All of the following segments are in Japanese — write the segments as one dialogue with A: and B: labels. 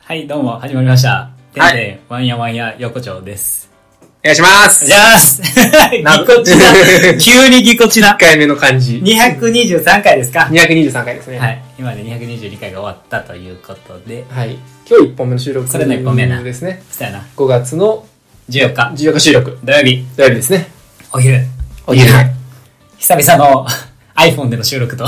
A: はい、どうも、始まりました。てん
B: はい
A: てん、ワンヤワンヤ横丁です。
B: お願いします
A: じゃあす ぎ
B: な
A: こちな。 急にぎこちな
B: 1。回目の漢字。
A: 223回ですか
B: 223回ですね。
A: はい、今で222回が終わったということで、
B: はい。今日1本目の収録
A: それの一本目な
B: ですね。
A: そうやな、
B: 5月の
A: 14日、
B: 14日収録。
A: 土曜日、
B: 土曜日ですね。
A: お昼、
B: お昼前。
A: 久々の iPhone での収録と、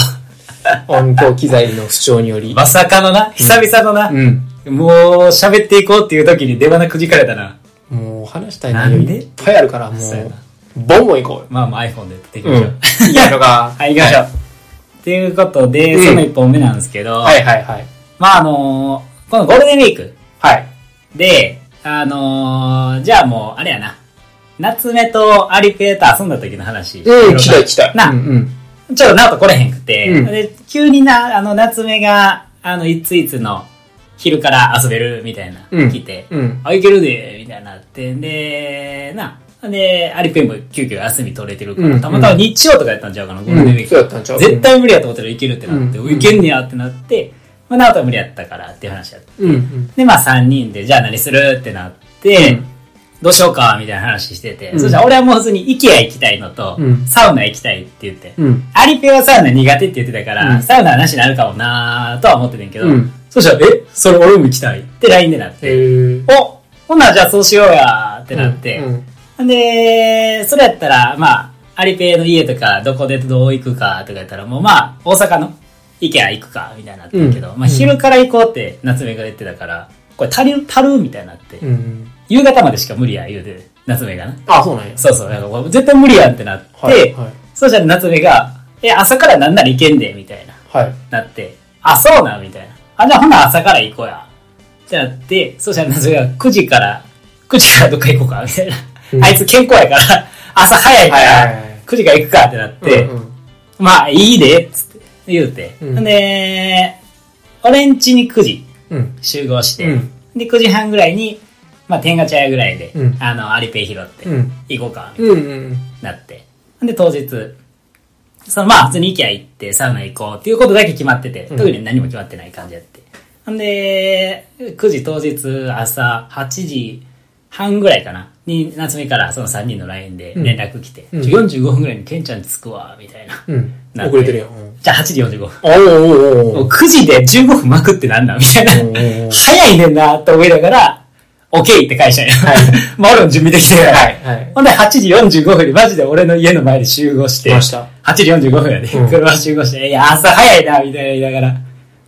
B: 音響機材の不調により。
A: まさかのな、久々のな
B: う、ん。
A: もう喋っていこうっていう時に出花くじかれたな。
B: もう話したい内容
A: なんで
B: いっぱいあるから、も
A: そうやな
B: う、ボンボン行こ
A: まあまあ iPhone で撮っていうき
B: よ。
A: ましょう。
B: うん。いいやろ か。
A: はい、行きましょう。ということで、
B: うん
A: その1本目なんですけど、
B: はいはいはい。
A: まああのーこのゴールデンウィーク
B: はい。
A: で、あのーじゃあもう、あれやな。夏目とアリペーと遊んだ時の話。
B: うん、来たい来たい。
A: な、
B: うんうん。
A: ちょっとなと来れへんくて、
B: うん
A: で急にな、あの、夏目が、あの、いついつの昼から遊べるみたいな、
B: うん
A: 来て、
B: うん。
A: あ、いけるで、みたいになって、で、な、で、アリペンも急遽休み取れてるから、
B: うん
A: たまたま日曜とかやったんちゃうかな、ゴー
B: う
A: ルデンウィー
B: ん。
A: ク
B: そうやったんちゃう
A: 絶。対無理やと思ったらいけるってなって、
B: うん
A: おいけんねやってなって、まあ、なおとは無理やったからっていう話やった。
B: うんうん。
A: で、まあ3人で、じゃあ何するってなって、
B: うん
A: どうしようかみたいな話してて、
B: うん
A: そしたら俺はもう普通に IKEA 行きたいのと、
B: うん
A: サウナ行きたいって言って、
B: うん。
A: アリペはサウナ苦手って言ってたから、
B: うん
A: サウナはなしになるかもなーとは思ってたんやけど、
B: うん
A: そしたら、えそれ俺も行きたいって LINE でなって、
B: えっ
A: おほなじゃあそうしようやーってなって、
B: うん。
A: で、それやったら、まあ、アリペイの家とか、どこでどう行くかとかやったら、もうまあ、大阪の IKEA 行くか、みたいになってるけど、
B: うん
A: まあ、昼から行こうって夏目が言ってたから、これ足りる、足るみたいになって、
B: うん。
A: 夕方までしか無理や、言うて、夏目がな。
B: あ、そうなんや。
A: そうそう、なんかこれ絶対無理やんってなって、
B: はい。はい。
A: そうしたら夏目が、え、朝からなんなら行けんで、みたいな。
B: はい。
A: なって、あ、そうな、みたいな。あ、じゃあほな朝から行こうや。ってなって、そしたらそれが9時から、9時からどっか行こうか、みたいな。
B: うん
A: あいつ健康やから、朝早いか
B: はいは
A: ら
B: いはい、
A: 9時から行くかってなって、
B: うんうん
A: まあいいで、つって言うて。
B: うん
A: ん、で、俺ん家に9時
B: うん。
A: 集合して、
B: うん
A: で、9時半ぐらいに、まあ天下茶屋ぐらいで、
B: うん
A: あの、アリペイ拾って
B: う、ん。
A: 行こうか、みたい
B: うんうん。
A: になって。で、当日、そのまあ、普通に IKEA 行って、サウナ行こうっていうことだけ決まってて、
B: うん
A: 特に何も決まってない感じやって。んで、9時当日朝8時半ぐらいかな、に、夏目からその3人の LINE で連絡来て、
B: うん
A: ちょ45分ぐらいにケンちゃんに着くわ、みたいな。
B: うん。
A: なって
B: 遅れてるやん。うん
A: じゃあ8時45分。
B: おーおーおー
A: も
B: お
A: う
B: ー
A: 9時で15分巻くってなんだみたいな
B: うんうんう。ん
A: 早いねんな、と思いながら、OK って返したんや。
B: はい
A: まあ、俺も準備できてるから。
B: はい。はい。
A: ほんで、8時45分にマジで俺の家の前で集合して、
B: 来ました
A: 8時45分やで、
B: うん
A: 車集合して、いや、朝早いな、みたいな言いながら、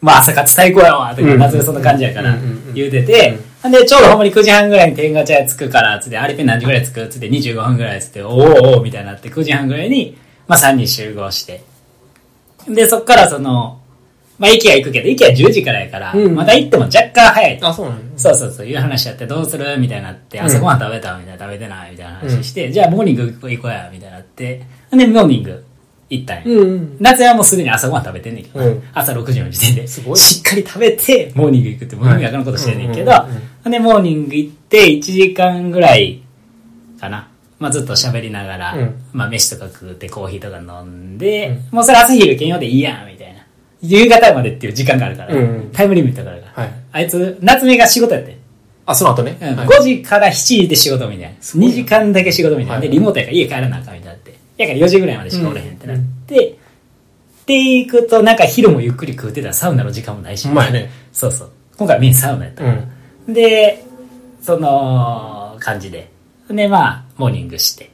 A: まあ朝活最高やわ、とか、
B: うん
A: 夏がそんな感じやから
B: うんうんう、ん
A: 言うてて、ほんで、ちょうどほんまに9時半ぐらいに天下茶屋着くから、つって、アリペン何時ぐらい着くつって、25分ぐらいつって、おーおーみたいになって、9時半ぐらいに、まあ3人集合して。で、そっからその、まあ、駅は行くけど、駅は10時からやから、
B: うん
A: また行っても若干早いと。
B: あ、そうなんや。
A: そうそうそう、いう話やって、どうするみたいになって、
B: うん
A: 朝ごはん食べたみたいな、食べてないみたいな話して、じゃあモーニング行こうや、みたいになって、で、モーニング行ったんや。
B: うんうん。
A: 夏はもうすでに朝ごはん食べてんねんけどな、
B: うん
A: 朝6時の時点で、
B: すごい
A: しっかり食べて、モーニング行くって、モーニングあかんことしてんねんけど、
B: うんうんうん
A: で、モーニング行って、1時間ぐらいかな。まあ、ずっと喋りながら、
B: うん
A: まあ、飯とか食って、コーヒーとか飲んで、もうそれ朝昼兼用でいいやん、みたいな。夕方までっていう時間があるから、
B: うんうん
A: タイムリミットがあるから。
B: はい。
A: あいつ、夏目が仕事やって。
B: あ、その後ね。
A: うん、
B: はい
A: 5時から7時で仕事みたいな。
B: ごい
A: 2時間だけ仕事みたいな。
B: はい
A: で、リモートやから家帰らなあかんみたいになって。やから4時ぐらいまでしかおれへんってなって、で、行くとなんか昼もゆっくり食うてたらサウナの時間もないし。
B: ほんまやね。
A: そうそう。今回メインサウナやった
B: う。ん。
A: で、その、感じで。で、まあ、モーニングして。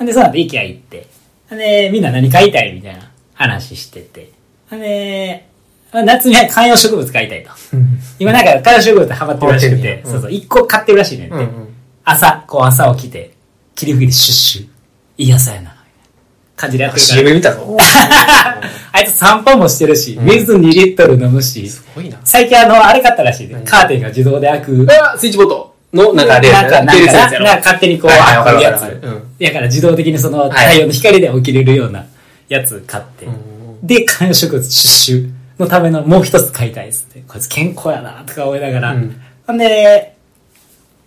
A: で、その後、イケア行って。で、みんな何買いたいみたいな話してて。で、まあ夏には観葉植物買いたいと。
B: うん
A: 今なんか観葉植物ハマってるらしく
B: ハマって
A: て
B: ん、ねやうん
A: そうそう、一個買ってるらしいねんて。
B: うんうん。
A: 朝、こう朝起きて、霧吹きでシュッシュ。いい朝やな。みたいな感じでやってるから。
B: CM 見た ぞ。
A: あいつ散歩もしてるし、水2リットル飲むし、
B: すごいな。
A: 最近あの、あれ買ったらしいね。
B: 何
A: カーテンが自動で開く。
B: あ、スイッチボットの、なんか、例
A: なんか、なん
B: 系列
A: か、
B: の
A: なん
B: やつ
A: か
B: やろ
A: 勝手にこう、
B: はいはいわか
A: 開
B: る
A: くや
B: わ
A: つ
B: かるわかるうん。
A: だから自動的にその太陽の光で起きれるようなやつ買って
B: ん。
A: で、観葉植物出種のためのもう一つ買いたいっつって。こいつ健康やなとか思いながら
B: うん。
A: ほんで、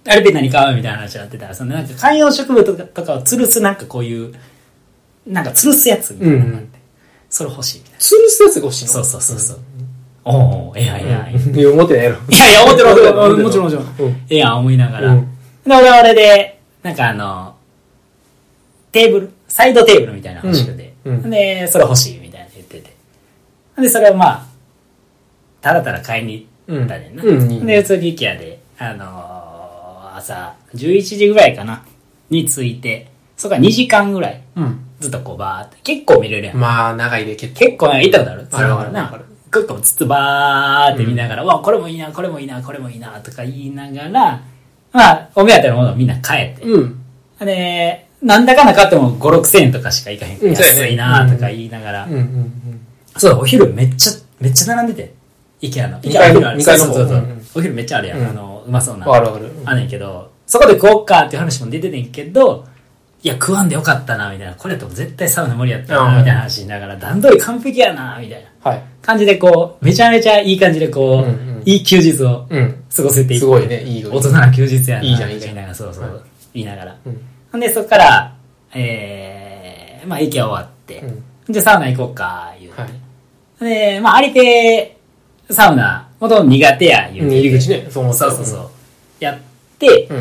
A: あれで何買うみたいな話になってたら、そのなんか観葉植物とかとかを吊るすなんかこういう、なんか吊るすやつみたいなのがあって。それ欲しいみたいな。
B: ツールスやつが欲しいの
A: そうそうそうそう。おおええやんええやんい
B: いや、思ってないやろ。
A: やいや思ってる思ってる
B: 思ってる
A: もちろんもちろん、
B: うん
A: ええやん思いながら、
B: うん
A: で俺は俺でなんかあのテーブルサイドテーブルみたいなの欲しくて、
B: うんうん
A: でそれ欲しいみたいな言っててでそれをまあただただ買いに行ったねんな、
B: うんうん
A: で次 IKEA であのー朝11時ぐらいかなに着いてそこから2時間ぐらい
B: うん。
A: ずっとこうバーって結構見れるやん、
B: まあ、長いで、結構。
A: 結構ね行ったことある
B: あるある
A: な
B: あるある
A: 結構つつばーって見ながら、うわこれもいいなこれもいいなこれもいいなとか言いながらまあお目当てのものをみんな買えて、
B: うん。
A: でなんだかんだ買っても5 6千円とかしかいかへんから、
B: うんそうやね
A: 安いなとか言いながら、
B: うんうんうん。
A: そうお昼めっちゃめっちゃ並んでて IKEA の
B: 二階の
A: IKEA ある
B: 二階の
A: そうそうそう、
B: うんうん
A: お昼めっちゃあるやん、
B: うん
A: あのうまそうな
B: わかるわかる。
A: あんねんけど、そこで食おうかっていう話も出ててんけど、いや、食わんでよかったな、みたいな。これやったら絶対サウナ無理やった
B: うん
A: な、みたいな話しながら、段取り完璧やな、みたいな
B: はい。
A: 感じでこう、めちゃめちゃいい感じでこう、
B: うんうん
A: いい休日を
B: うん。
A: 過ごせてい
B: すごいね、いいよ
A: 大人な休日やな。
B: いいじゃんいいじゃ
A: 言
B: ん
A: いながら、そうそう、
B: はい
A: 言いながら。
B: うん。
A: ほんで、そっから、えー、まあ、駅は終わって、
B: うん
A: じゃあサウナ行こうか、言うて。
B: はい。
A: で、まあ、ありて、サウナ、もともと苦手や、言うて。
B: 入り口ね、そう思った
A: そうそうそう。やって、
B: う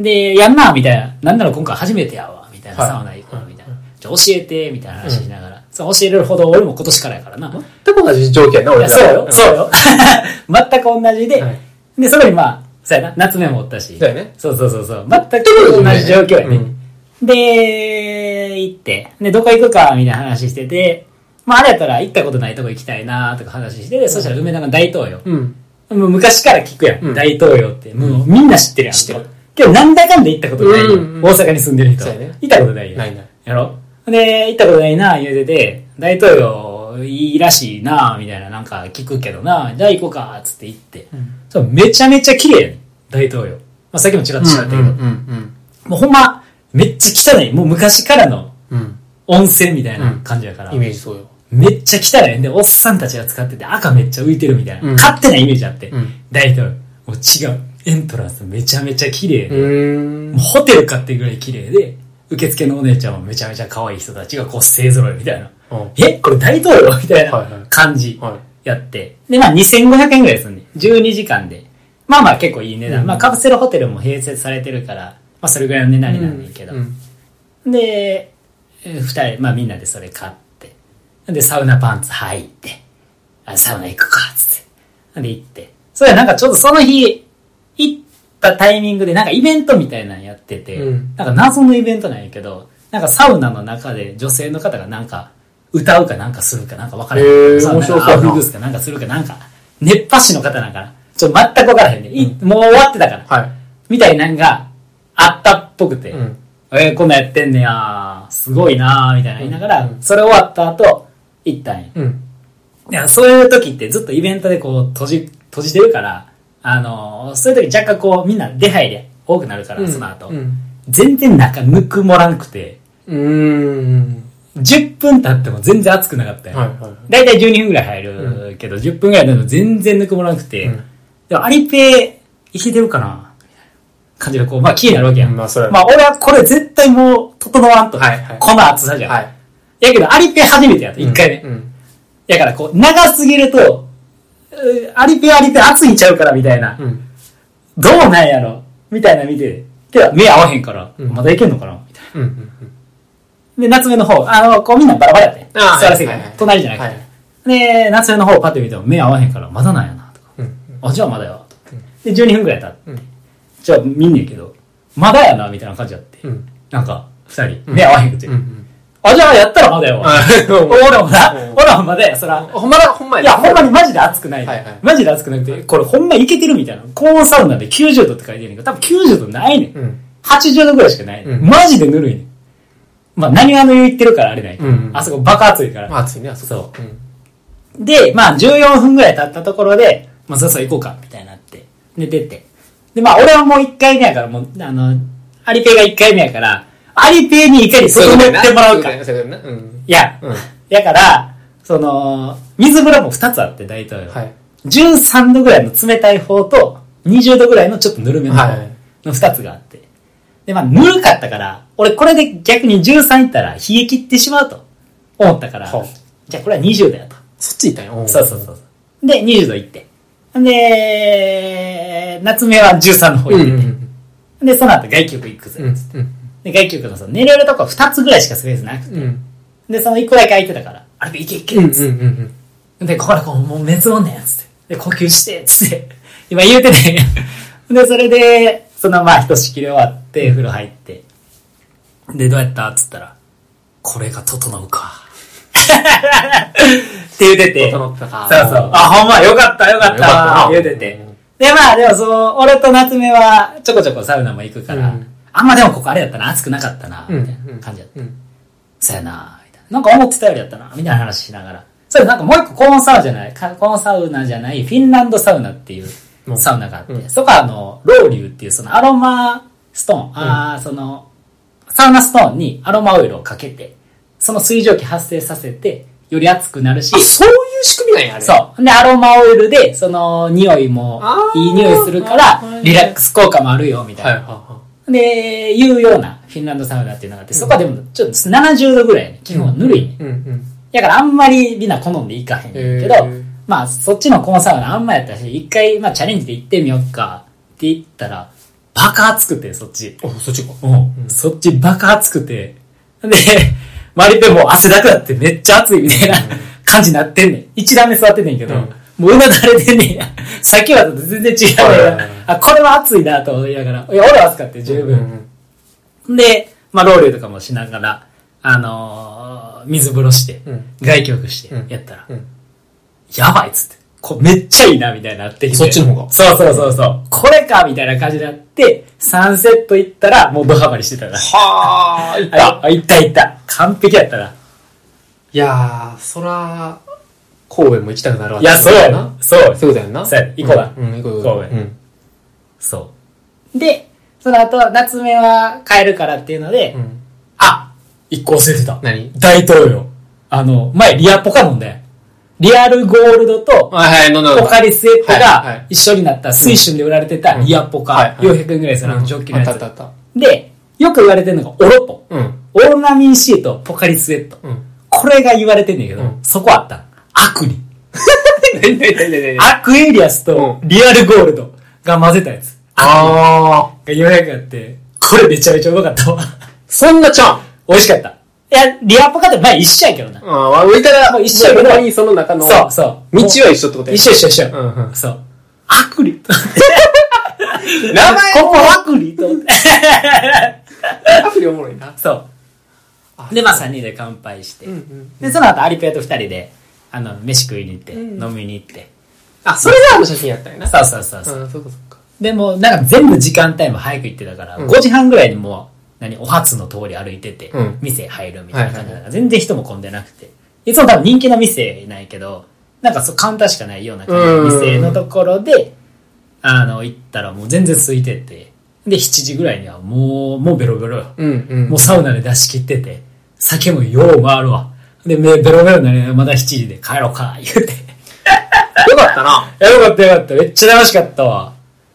B: ん。
A: で、やんなみたいな。なんなら今回初めてやわ。みたいな。
B: はい
A: サウナ行くわ。みたいな
B: は。
A: じゃあ教えて、みたいな話しながら。そう教えるほど俺も今年からやからな。い
B: 全く同じ状況やな、俺
A: や、
B: ら。
A: そうよ。そう
B: よ。
A: よ。 全く同じで。
B: はい
A: で、そこにまあ、そうやな。夏目もおったし。
B: そうやね
A: そうそうそうそう。全く同じ状況やね。
B: うん
A: で、行って。で、どこ行くか、みたいな話してて。まあ、あれやったら行ったことないとこ行きたいなとか話してて、そしたら梅田の大東洋。
B: うん。
A: もう昔から聞くやん。
B: うん
A: 大東洋って。もうみんな知ってるやん。
B: 知ってる
A: けど、なんだかんだ行ったことないよ。
B: うんうん
A: 大阪に住んでる人。
B: そうやね
A: 行ったことないやん。
B: ないない。
A: やろで、行ったことないな、言うてて、大東洋いいらしいな、みたいな、なんか聞くけどな、じゃあ行こうか、つって行って。
B: うん。
A: そうめちゃめちゃ綺麗やねん大東洋。まあ、さっきもちらっと
B: う
A: 喋ったけど、
B: ん。うん。
A: もうほんま、めっちゃ汚い。もう昔からの
B: うん。
A: 温泉みたいな感じやから。
B: イメージそうよ。
A: めっちゃ汚い。で、おっさんたちが使ってて赤めっちゃ浮いてるみたいな。
B: うん
A: 勝手なイメージあって。
B: うん
A: 大統領。もう違う。エントランスめちゃめちゃ綺麗
B: う
A: で、
B: ー。
A: もうんホテル買ってぐらい綺麗で、受付のお姉ちゃんもめちゃめちゃ可愛い人たちがこう勢揃いみたいな。えこれ大統領みたい
B: はいはい
A: な感じ
B: は
A: やって。で、まあ2500円ぐらいですんね。12時間で。まあまあ結構いい値段。
B: うん
A: まあカプセルホテルも併設されてるから、まあそれぐらいの値段
B: い。
A: になんねんけど。
B: うん
A: で、えー二人、まあみんなでそれ買って。で、サウナパンツ履いて、あサウナ行くか、つって。で、行って。それはなんかちょっとその日、行ったタイミングでなんかイベントみたいなのやってて、
B: うん
A: なんか謎のイベントなんやけど、なんかサウナの中で女性の方がなんか歌うかなんかするかなんかわからへん
B: へー
A: サウナ
B: 面白そう
A: ア
B: や
A: ウ
B: な
A: フグースかなんかするかなんか、熱波師の方なんかな。ちょっと全くわからへんね、いもう終わってたから。
B: はい。
A: みたいなんがあったっぽくて、
B: うん
A: えーこんなんやってんねやすごいなーみたいな言いながら、
B: うん
A: それ終わった後行ったんやい
B: うん。
A: やそういう時ってずっとイベントでこう閉じ閉じてるからあのーそういう時若干こうみんな出入り多くなるから、その後、
B: うん。
A: 全然中ぬくもらなくて
B: うーん。
A: 10分経っても全然熱くなかったよ、
B: はいは
A: だいたい12分ぐらい入るけど、10分ぐらいでも全然ぬくもらなくて、
B: うん
A: でもアリペイいけてるかなみたいな感じでこう、まあ気になるわけやん。
B: まあそれは
A: まあ俺はこれ絶対もう整わんと。
B: はいはい
A: この暑さじ
B: い。
A: ゃん。
B: はい。
A: やけどアリペイ初めてやった、1回目。
B: うん。
A: やからこう、長すぎると、うーアリペイアリペイ暑いんちゃうからみたいな。
B: うん。
A: どうなんやろみたいな見て。けど目合わへんから、
B: うん
A: まだいけんのかなみたいな。
B: うん。うん。
A: で、夏目の方、あの、こうみんなバラバラやって。
B: あー
A: 座らせてから
B: はいはいはい
A: 隣じゃなくて。
B: はい
A: で、夏目の方パッて見ても目合わへんから、まだなんやな、とか。
B: うん。
A: あ、じゃあまだよ、と思って。で、12分くらい経って、
B: うん
A: じゃあ見んねんけど、まだやな、みたいな感じやって。
B: うん。
A: なんか、二人、目合わへんくて。
B: うん。
A: あ、じゃあやったらまだよ。
B: うん。
A: 俺もな
B: う、ん
A: 俺もまだや、そら。
B: ほんまだ、ほんま
A: いや、ほんま
B: に。
A: にマジで熱くない。
B: はいはい
A: マジで熱くなくて、これほんまいけてるみたいな。高温サウナで90度って書いてるんけど、多分90度ないねん。
B: うん。
A: 80度ぐらいしかない、ねん。
B: うん
A: マジでぬるいねん。まあ、何がの言ってるからあれないけど、
B: うん
A: あそこ爆熱いから。
B: まあ暑いね、あそこ。。
A: そう
B: ん。
A: で、まあ14分ぐらい経ったところで、まあそろそろ行こうか、みたいになって。で、出て。で、まあ俺はもう1回目やから、もう、あの、アリペイが1回目やから、アリペイにいかに
B: そう
A: 整
B: いう
A: ってもらうか。い
B: そういうことやなうん。
A: や、
B: うん
A: やから、その、水風呂も2つあって、大統領。
B: はい。
A: 13度ぐらいの冷たい方と、20度ぐらいのちょっとぬるめの方
B: はい
A: の2つがあって。で、まあ、ぬるかったから、俺これで逆に13いったら冷え切ってしまうと思ったから
B: ほう、
A: じゃあこれは20だよと。
B: そっち行ったんや。
A: そうそうそうそう。で、20度行って。で、夏目は13の方
B: うん
A: 行っ
B: う
A: てて。
B: ん
A: で、その後外局行くぜ
B: うん。。
A: で、外局のその寝れるとこ2つぐらいしかスペースなくて。
B: うんうん
A: で、その1個だけ空いてたから、あれで行け行け
B: うん
A: っつって。で、こらこう、もう滅亡ねんっつって。で、呼吸してっつって。今言うててんや。で、それで、そのまあ、ひとしきり終わって、風呂入って。で、どうやったっつったら、これが整うか。 って言うてて。
B: 整ったか
A: そうそう。あ、ほんま、よかった、よかった。
B: よかったな
A: 言うてて。で、まあ、でも、そう、俺と夏目は、ちょこちょこサウナも行くから、
B: うん
A: あんまでもここあれやったな、暑くなかったな、
B: うん
A: みたいな感じだった。
B: うん
A: そうやな、みたいな。なんか思ってたよりやったな、みたいな話しながら。それなんかもう一個コーンサウナじゃない、かコーンサウナじゃない、フィンランドサウナっていう
B: うん
A: サウナがあって、
B: うん
A: そこはあの、ロウリュウっていうそのアロマストーン、あーその、サウナストーンにアロマオイルをかけて、その水蒸気発生させて、より熱くなるし
B: あ、、そういう仕組みなんや、あれ。
A: そう。で、アロマオイルで、その、匂いも
B: あ、ー
A: いい匂いするか
B: あーは
A: ら、
B: い
A: リラックス効果もあるよ、みたい
B: はいはい
A: な。
B: は
A: で、いうような、フィンランドサウナっていうのがあって、そこはでも、ちょっと70度ぐらいやね、基本はぬるいね。
B: い。うんうん。
A: だからあんまりみんな好んでいかへんねんけど
B: へー、
A: まあ、そっちのコンサウナあんまやったし、一回、まあ、チャレンジで行ってみよっか、って言ったら、バカ熱くて、そっち。
B: お、そっちか。
A: うんそっちバカ熱くて、で、周りでもう汗だくだってめっちゃ熱いみたいな感じになってんねん。一段目座ってんねんけど、
B: うん
A: もううなだれてんねんや。さっきはと全然違うねんや
B: はいはいはい
A: あ、これは熱いなと思いながら、いや、俺は熱かったよ、十
B: うんう
A: 分。
B: ん。
A: で、まあ、ロウリュとかもしながら、あのー水風呂して、
B: うん
A: 外局して
B: うん、
A: やったら、
B: うん
A: やばいっつって。こうめっちゃいいな、みたいになってきて。
B: そっちの方が
A: そうそうそうそう。これかみたいな感じになって、3セット行ったら、もうドハマりしてたな。
B: はあ、いった。
A: あ、あいったいった。完璧やったな。
B: いやー、そら、神戸も行きたくなるわ
A: いや、そうやな。。そう
B: そういうことやんな。
A: そうや行こうだ
B: うん、うん行こう行こう。
A: 神戸
B: うん。
A: そう。で、その後、夏目は帰るからっていうので、
B: うん。
A: あ一個忘れてた。
B: 何
A: 大統領。あの、前、リアポカ飲んだよ。リアルゴールドと、
B: はいはい、飲んだ飲んだ
A: ポカリスエット
B: はいは
A: が
B: い
A: 一緒になった、水春で売られてたリアポ
B: はい
A: カ、
B: はい
A: 400円ぐらいするあのジョッキのや
B: あったあっ
A: つ。
B: たあっ
A: で、よく言われてるのが、オロポ。
B: た。うん。
A: オーナミンシート、ポカリスエット。
B: うん。
A: これが言われてんだけど
B: うん、
A: そこあった。悪 に。
B: 何何何何
A: アクエリアスとリアルゴールドが混ぜたやつ。
B: あー。
A: が400円あって、これめちゃめちゃうまかった わ。
B: そんなちゃん
A: 美味しかった。いや、リアポカって前一緒やけどな。
B: ああ、浮いたら、
A: もう一緒やけど
B: ほんまにその中の、
A: そうそう。
B: 道は一緒ってことや。
A: 一緒一緒一緒。
B: うんうん
A: そう。アクリ。
B: 名 前
A: ここアクリと思って。
B: アプリおもろいな。
A: そう。で、まあ3人で乾杯して。
B: うんうん。
A: で、その後アリペイと2人で、あの、飯食いに行って、飲みに行って。
B: あ、それがあの写真やったんやな。
A: そうそうそうそう。
B: うん、そうかそうか。
A: でも、なんか全部時間帯も早く行ってたから、
B: うん
A: 5時半ぐらいにもう、何、お初の通り歩いてて、
B: うん
A: 店入るみたいな感じだから、全然人も混んでなくて。いつも多分人気の店ないけど、なんかそうカウンターしかないような感じの店のところで、あの、行ったらもう全然空いてて、で、7時ぐらいにはもう、もうベロベロよ。
B: うんうん。
A: もうサウナで出し切ってて、酒もよう回るわ。で、目ベロベロになりながらまだ7時で帰ろうか、言うて。
B: よかったな。
A: いや、よかったよかった。めっちゃ楽しかったわ。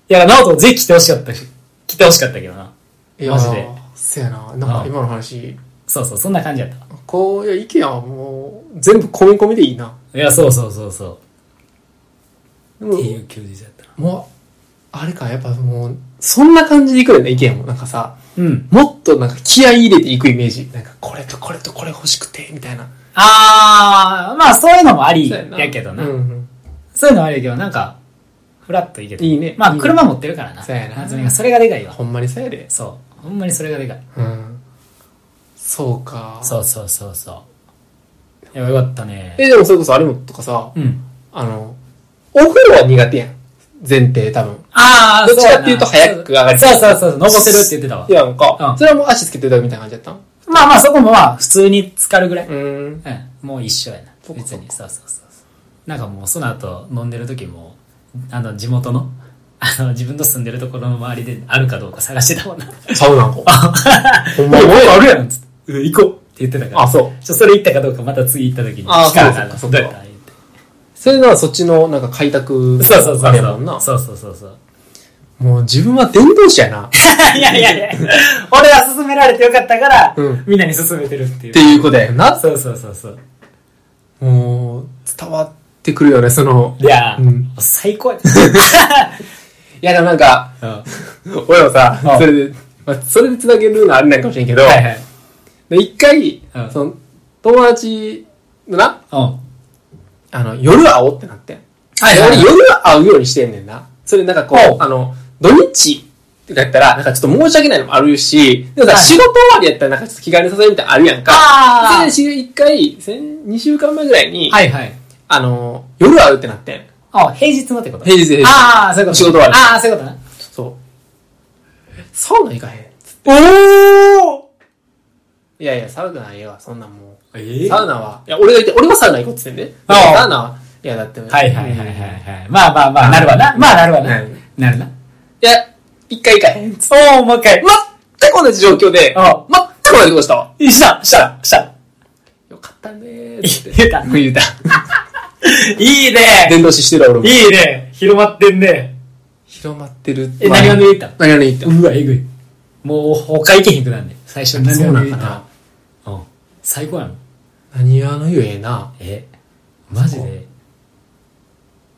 A: いや、ナオトぜひ来てほしかったし、来てほしかったけどな。
B: いや
A: マジで。
B: せやな。なんか今の話、
A: そうそう、そんな感じやったわ。
B: こう、いや、意見はもう、全部込み込みでいいな。
A: いや、そうそうそうそう。
B: でも
A: っていう休日やったな。
B: もう、あれか、やっぱもう、そんな感じでいくよね、意見も。なんかさ、
A: うん。
B: もっとなんか気合い入れていくイメージ。なんか、これとこれとこれ欲しくて、みたいな。
A: あー、まあそういうのもあり
B: そうな
A: やけどな。
B: うん
A: そう
B: う
A: い
B: ん。
A: うのもありやけど、なんか、ふらっといけて。
B: いいね
A: ま
B: い
A: あ
B: いね
A: 車持ってるからな。
B: そうやな
A: 夏美がそれがでかいわ。
B: ほんまにそうやで。
A: そう。ほんまにそれがでかい。
B: うん。そうか。
A: そうそうそうそう。いや、よかったね。
B: え、でもそれこそあれもとかさ、
A: うん。
B: あの、お風呂は苦手やん。前提多分。
A: あー、
B: どっちかっていうと早く上がる
A: そうそうそうそう、登ってるって言ってたわ。
B: やんか。
A: うん
B: それはもう足つけてるだけみたいな感じだったん
A: まあまあそこもまあ普通に浸かるぐらい。
B: うん。
A: うん、もう一緒やな
B: そっか
A: 別にそうそうそうそうなんかもうその後飲んでる時もあの地元の あの自分の住んでるところの周りであるかどうか探してたもんな「
B: サウナも。 ほんま
A: お
B: や
A: 前あるやん」っつって「うん行こう」って言ってたから
B: あ、そう。
A: ちょそれ行ったかどうかまた次行った時に
B: あ
A: 聞かなあか
B: そ
A: ん
B: う
A: ど
B: か
A: うや
B: そうか
A: った言って
B: それならそっちのなんか開拓
A: そうそう
B: あ
A: そう
B: れや
A: そ
B: もんな
A: う。そうそうそうそう
B: もう自分は電動車や な。っ
A: いやいやいや 俺は勧められてよかったから、
B: うん
A: みんなに勧めてるっていう
B: ていうことやよな。
A: そうそうそうそう
B: もう、伝わってくるよね、その。
A: いやー、
B: うん
A: 最高や。
B: いや、でもなんか、
A: うんは
B: 俺もさ
A: うん、
B: それで、まあ、それで繋げるのはあれなんかもしれんけど、
A: いはい。
B: で一回、
A: うん
B: その、友達のな、
A: うん。は
B: あの、夜会おうってなってん。
A: いはい
B: で俺夜会うようにしてんねんな。それなんかこ
A: ほう
B: う、あの、土日とかやったら、なんかちょっと申し訳ないのもあるし、でもさ、
A: はい
B: 仕事終わりやったらなんかちょっと気軽にさせるみたいなのあるやんか。
A: あー
B: それで一回、先2週間前ぐらいに、
A: はいはい。
B: あの、夜会うってなってん。
A: あ、平日のってこと
B: 平日平日
A: ああ、そういうこと。
B: 仕事終わり
A: ああ、そういうことな。
B: そう。サウナ行かへん
A: おお
B: いやいや、サウナはええわ、そんなんも
A: え
B: う。サウナは、いや、俺が言って、俺もサウナ行こうって言ってんで。
A: ああ
B: サウナは、いや、だって、
A: はいはいはいはい
B: い。
A: はい。まあまあまあ、なるわな。まあなるわな
B: うん。
A: なるな。
B: いや、一回行かへん。
A: おおもう一回。
B: 全く同じ状況で、
A: ああ
B: 全く同じことしたわ。
A: した、した、した。
B: よかったねーっ
A: 言
B: て。
A: え た。
B: 言うた。
A: いいね
B: 伝道師してるわ俺も。
A: いいね広まってんね
B: 広まってる。
A: え、何を抜いた
B: 何を抜いた
A: うわ、えぐい。もう、他行けへんくなんで。最初に何
B: そう
A: を
B: な
A: 抜
B: ん
A: い
B: か
A: た
B: な。
A: うん。最高やの
B: 何わの湯ええな。
A: え、マジで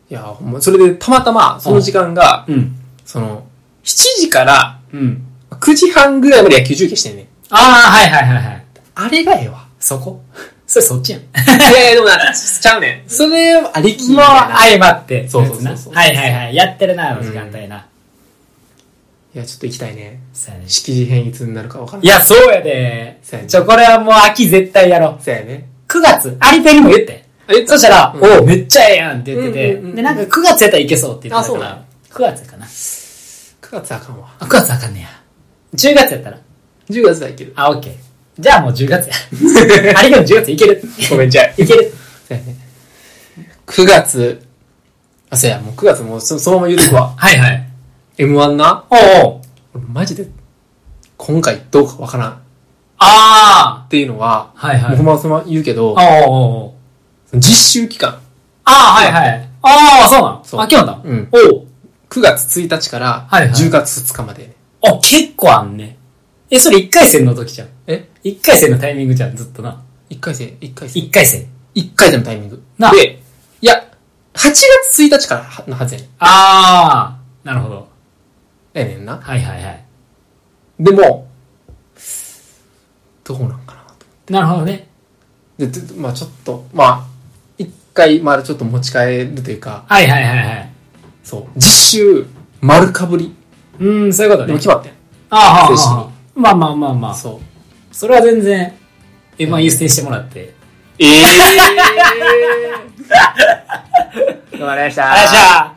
B: いや、ほんま、それでたまたま、その時間が、
A: うん。
B: その、7時から
A: うん。
B: 9時半ぐらいまで野球中継してんねん。
A: ああ、はいはいはいはい。
B: あれがええ わ。
A: そこそれそっ ちやん。
B: いやいや、でもな、ちゃうねん。それはありきみ
A: もう
B: たいな。
A: 相まって。
B: そうそうそうそう
A: はいはいはい。やってるな、あの時間帯な。
B: いや、ちょっと行きたいね。
A: そうやね。
B: 式辞編いつになるかわからない
A: い。や、そうやで
B: そうや。ね
A: ちょ、これはもう秋絶対やろう。
B: そうやね。
A: 9月、アリペにも言って。
B: え
A: そしたら、
B: うん
A: おうめっちゃええやんって言ってて、
B: うんうんうんうん
A: で、なんか9月やったらいけそうって言ってたか
B: あそうな
A: ら、9月かな。
B: 9月あかんわ。
A: あ、9月あかんねや。10月やったら。
B: 10月だいける。
A: あ、オッケー。じゃあもう10月 や。アリペン10月いける。
B: ごめんちゃい。
A: いける。
B: そうやね。9月、 あ、そうや、もう9月もうそそのまま言うとくわ。
A: はいはい。
B: M1 な、
A: おうおう。
B: 俺マジで、今回どうかわからんっ
A: あ
B: ていうのは、
A: あはいは
B: も
A: い。
B: うほんまそのまま言うけど、
A: おうおうおう。
B: 実習期間、
A: ああはいはい。ああそうなの
B: そう
A: あ、今日だ。
B: うん
A: おう。
B: 9月1日から
A: はいはい
B: 10月2日まで。
A: あ、結構あんね。え、それ1回戦の時じゃん。
B: え
A: 1回戦のタイミングじゃん、ずっとな。
B: ?1 回戦、1回戦。
A: 1回戦。
B: 1回戦のタイミング。
A: な
B: で、いや、8月1日からのはずやねん。
A: ああなるほど。
B: やねんな。
A: はいはいはい。
B: でも、どうなんかなと。
A: なるほどね。
B: で、でまあちょっと、まあ一回、まあちょっと持ち帰るというか、
A: はいはいはいはい。
B: そう。実習、丸かぶり。
A: うーん、そういうこと
B: で
A: ね
B: も。決まってん。
A: ああ、
B: 精神
A: ああまあまあまあまあ。
B: そう。
A: それは全然、M1 優先してもらって。
B: ええー、
A: あり
B: 頑張りました。
A: がとうございました。